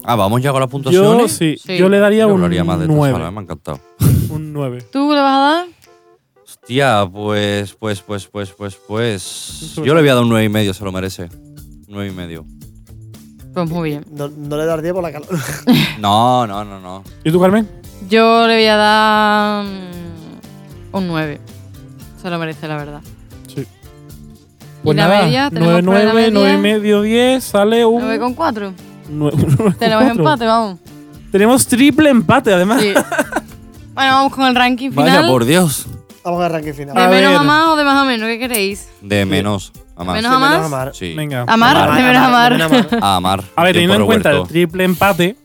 Ah, vamos ya con las puntuaciones. Yo sí, Sí. yo le daría Yo un hablaría más de esta 9. sala, me ha encantado. Un 9. ¿Tú le vas a dar? Hostia, pues, pues, pues, pues, pues, pues. Yo le había dado un 9 y medio, se lo merece. 9 y medio. Pues muy bien. No, no le dar 10 por la calor. No, no, no, no. ¿Y tú, Carmen? Yo le voy a dar. mm, Un 9. Se lo merece, la verdad. Sí. ¿Y la media? ¿Tenemos 9, por ahí la 9, 9 y media? medio, 10, sale un... 9,4. nue- un nueve Tenemos cuatro. empate, vamos. Tenemos triple empate, además. Sí. bueno, vamos con el ranking final. Vaya, por Dios. Vamos a arranque final. ¿De A menos ver. a más o de más a menos? ¿Qué queréis? De menos a más. Menos a Menos más. amar. Sí. Venga. Amar, Ah, Ah, Amar, de menos a amar. de menos amar. A amar. A Tiempo ver, teniendo en cuenta el revuelto. triple empate,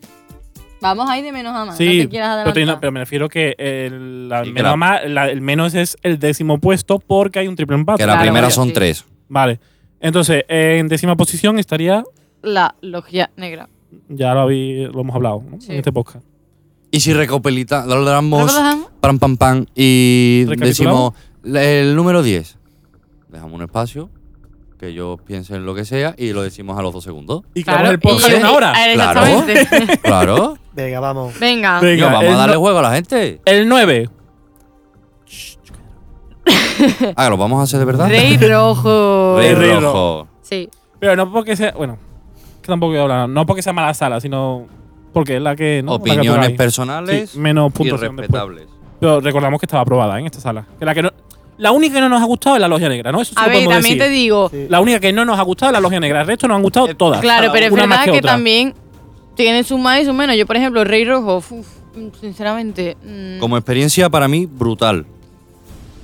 Vamos ahí de menos a más. no sí, te quieras pero, teniendo- adelantar. pero me refiero que el, la- Sí, que menos, la- a más- la- el menos es el décimo puesto porque hay un triple empate. Que la Claro, primera vaya, son sí. tres. Vale. Entonces, en décima posición estaría, La logia negra. ya lo, habí- lo hemos hablado ¿no? Sí. en este podcast. Y si recopilita, lo damos ¿Recordamos? pam, pam, pam y decimos ¿Recapitulamos? el número 10. Dejamos un espacio, que ellos piensen lo que sea y lo decimos a los dos segundos. Y claro, el y podcast yo- en una hora. a ver, Claro. exactamente. Claro. Venga, vamos. Venga. Venga, Tío, vamos el a darle no- juego a la gente. El 9. Ah, ¿lo vamos a hacer de verdad? Rey rojo. Rey Rey rojo. Sí. Pero no porque sea. Bueno, que tampoco voy a hablar. No porque sea mala sala, sino porque es la que. ¿no? La que Opiniones tú hagas. personales Sí, menos y puntos respetables. Pero recordamos que estaba aprobada ¿eh? en esta sala. Que la, que no, la única que no nos ha gustado es la Logia Negra, ¿no? Eso sí A lo ver, podemos también te decir. digo. Sí. La única que no nos ha gustado es la Logia Negra. El resto nos han gustado todas. Claro, pero es Ah, Una más verdad que, otra. también tiene su más y su menos. Yo, por ejemplo, Rey rojo. uf, sinceramente. mm, Como experiencia para mí, brutal.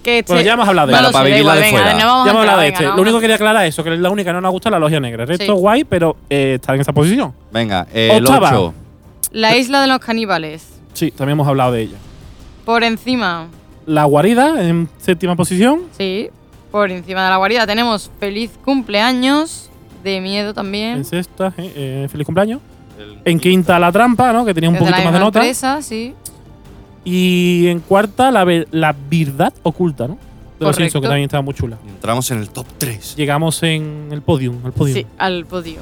Que este- Bueno, ya hemos hablado de No esto. lo sé, Para da vivirla igual, de venga, fuera. no vamos Ya a entrar, hemos hablado de venga, este. no Lo vamos único que quería aclarar es eso, que es la única que no nos ha gustado la logia negra. El resto Sí. guay, pero eh, está en esa posición. Venga, el Octava. 8. a- La isla de los caníbales. Sí, también hemos hablado de ella. Por encima. La guarida en séptima posición. Sí. Por encima de la guarida tenemos feliz cumpleaños. De miedo también. En sexta, eh, eh, feliz cumpleaños. En quinta, la trampa, ¿no? Que tenía un Desde la poquito más de misma nota. empresa, sí. Y en cuarta, la, ve- la verdad oculta, ¿no? De Correcto. los Simpsons, que también estaba muy chula. Entramos en el top 3. Llegamos en el podium, al podium. Sí, al podio.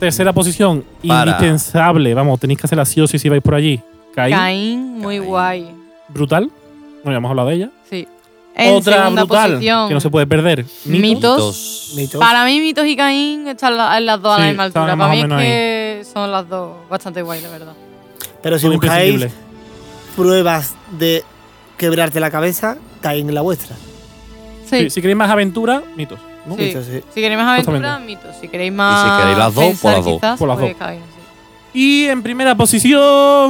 Tercera posición, Para. indispensable. Vamos, tenéis que hacerla sí o sí si vais por allí. Caín, Caín, muy Caín. guay. brutal. No habíamos hablado de ella. Sí. En Otra segunda brutal, posición. que no se puede perder. Mito. Mito. Mitos. Para mí, Mitos y Caín están la- en las dos a Sí, la misma estaban altura. más Para o mí es menos que son las dos bastante guay, la verdad. Pero si Son buscáis imprescindibles. pruebas de quebrarte la cabeza, caen en la vuestra. Sí. Sí, si queréis más aventura, mitos. ¿no? Sí. Mitos, sí. Si queréis más aventura, Justamente. mitos. Si queréis más. Y si queréis las dos, pensar, por las dos. quizás, Por las pues dos. Caín, sí. Y en primera posición.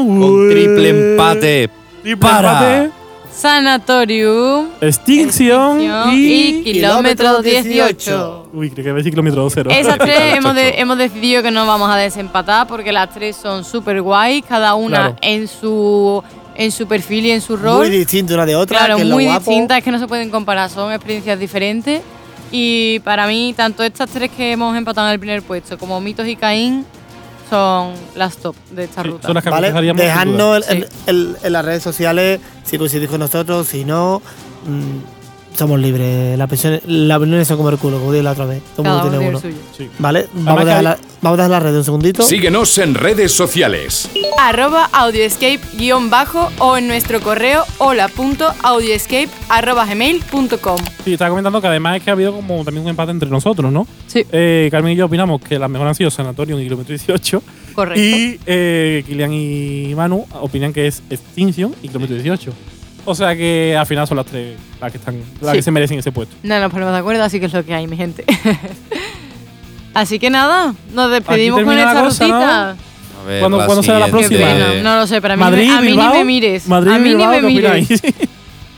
Con uy, triple empate. triple Para. empate, Sanatorium. Extinción y, y. kilómetro kilómetro 18. Uy, creo que habéis kilómetro cero. Esas tres Exacto. hemos, de- hemos decidido que no vamos a desempatar porque las tres son súper guay, cada una Claro. en su en su perfil y en su rol. Muy distinta una de otra, Claro, que es lo muy guapo. distintas, es que no se pueden comparar, son experiencias diferentes. Y para mí, tanto estas tres que hemos empatado en el primer puesto como Mitos y Caín son las top de esta Sí, ruta. son las que ¿Vale? aconsejaríamos, sin duda. Dejadnos en, Sí. en- en las redes sociales si coincidís con nosotros, si no, mm, somos libres. Las opiniones la opiniones son como el culo, como dije la otra vez. Todo el cada mundo uno tiene tiene el uno. suyo. Sí. ¿Vale? Vamos a, que hay- dejar la, vamos a dejar las redes un segundito. Síguenos en redes sociales. Arroba audioescape-bajo o en nuestro correo hola.audioescape.gmail.com Sí, estaba comentando que además es que ha habido como también un empate entre nosotros, ¿no? Sí. Eh, Carmen y yo opinamos que las mejores han sido Sanatorium y Kilómetro 18. Correcto. Y eh, Kilian y Manu opinan que es Extinction y Kilómetro 18. O sea que al final son las tres las que, están, las Sí. que se merecen ese puesto. No nos ponemos de acuerdo, así que es lo que hay, mi gente. así que nada, nos despedimos con termina la esta cosa, rutita. A ver, ¿Cuándo- la cuándo será la Qué siguiente. próxima? pena, no lo sé, pero a mí, Madrid, ni me- a mí Bilbao, ni me mires. Madrid, a mí Bilbao, ni ¿qué me mires. opináis?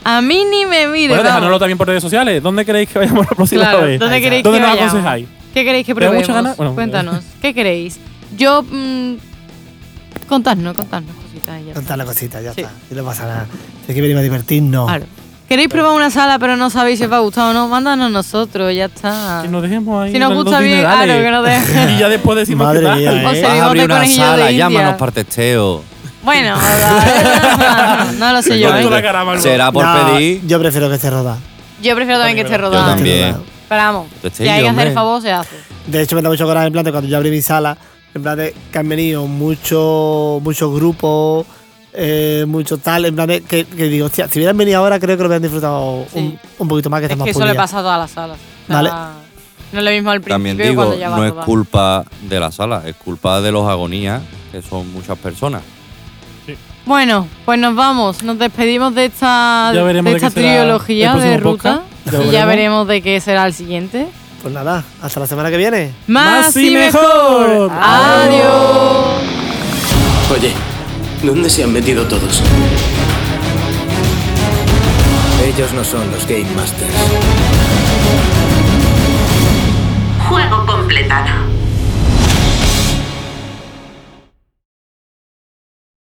A mí ni me mires. bueno, vamos. dejadnoslo también por redes sociales. ¿Dónde creéis que vayamos la próxima Claro, vez? ¿dónde queréis ¿Dónde que nos vayamos? aconsejáis? ¿Qué queréis que ¿Te da probemos? muchas ganas? Bueno, eh. Cuéntanos, ¿qué queréis? Yo. mm, contadnos, contadnos cositas. y ya está. Contar la cosita, ya Sí. está. Y no pasa nada. Si es que venimos a divertirnos. Claro. ¿Queréis probar una sala pero no sabéis si os va a gustar o no? Mándanos nosotros, ya está. Que nos dejemos ahí. Ah. Si nos los gusta bien, dinerales. claro, que nos dejen. y ya después decimos Madre qué tal. mía, O ¿eh? sea, Vas a Seguimos abrir de una conejillo sala, de India. llámanos para testeo. Bueno, no lo sé yo. Yo ¿eh? tengo la cara, Manu. Será por No, pedir. Yo prefiero que se roda. Yo prefiero también que esté Yo Yo rodado. también. Pero vamos, si Testeo, hay que hacer hombre. el favor, se hace. De hecho, me da mucho coraje en plan de cuando yo abrí mi sala, en plan de que han venido muchos muchos grupos, eh, mucho tal, en plan de que, que digo, hostia, si hubieran venido ahora creo que lo hubieran disfrutado Sí. un, un poquito más que Es estamos que eso le pasa a todas las salas. O sea, Vale. No es lo mismo al principio También que digo, cuando ya va no es rodada. culpa de la sala, es culpa de los agonías, que son muchas personas. Bueno, pues nos vamos, nos despedimos de esta, Ya veremos de de esta qué será trilogía el de próximo ruta podcast. Ya y ya veremos. veremos de qué será el siguiente. Pues nada, hasta la semana que viene. Más, y mejor. Ah. Adiós. Oye, ¿dónde se han metido todos? Ellos no son los Game Masters. Juego completado.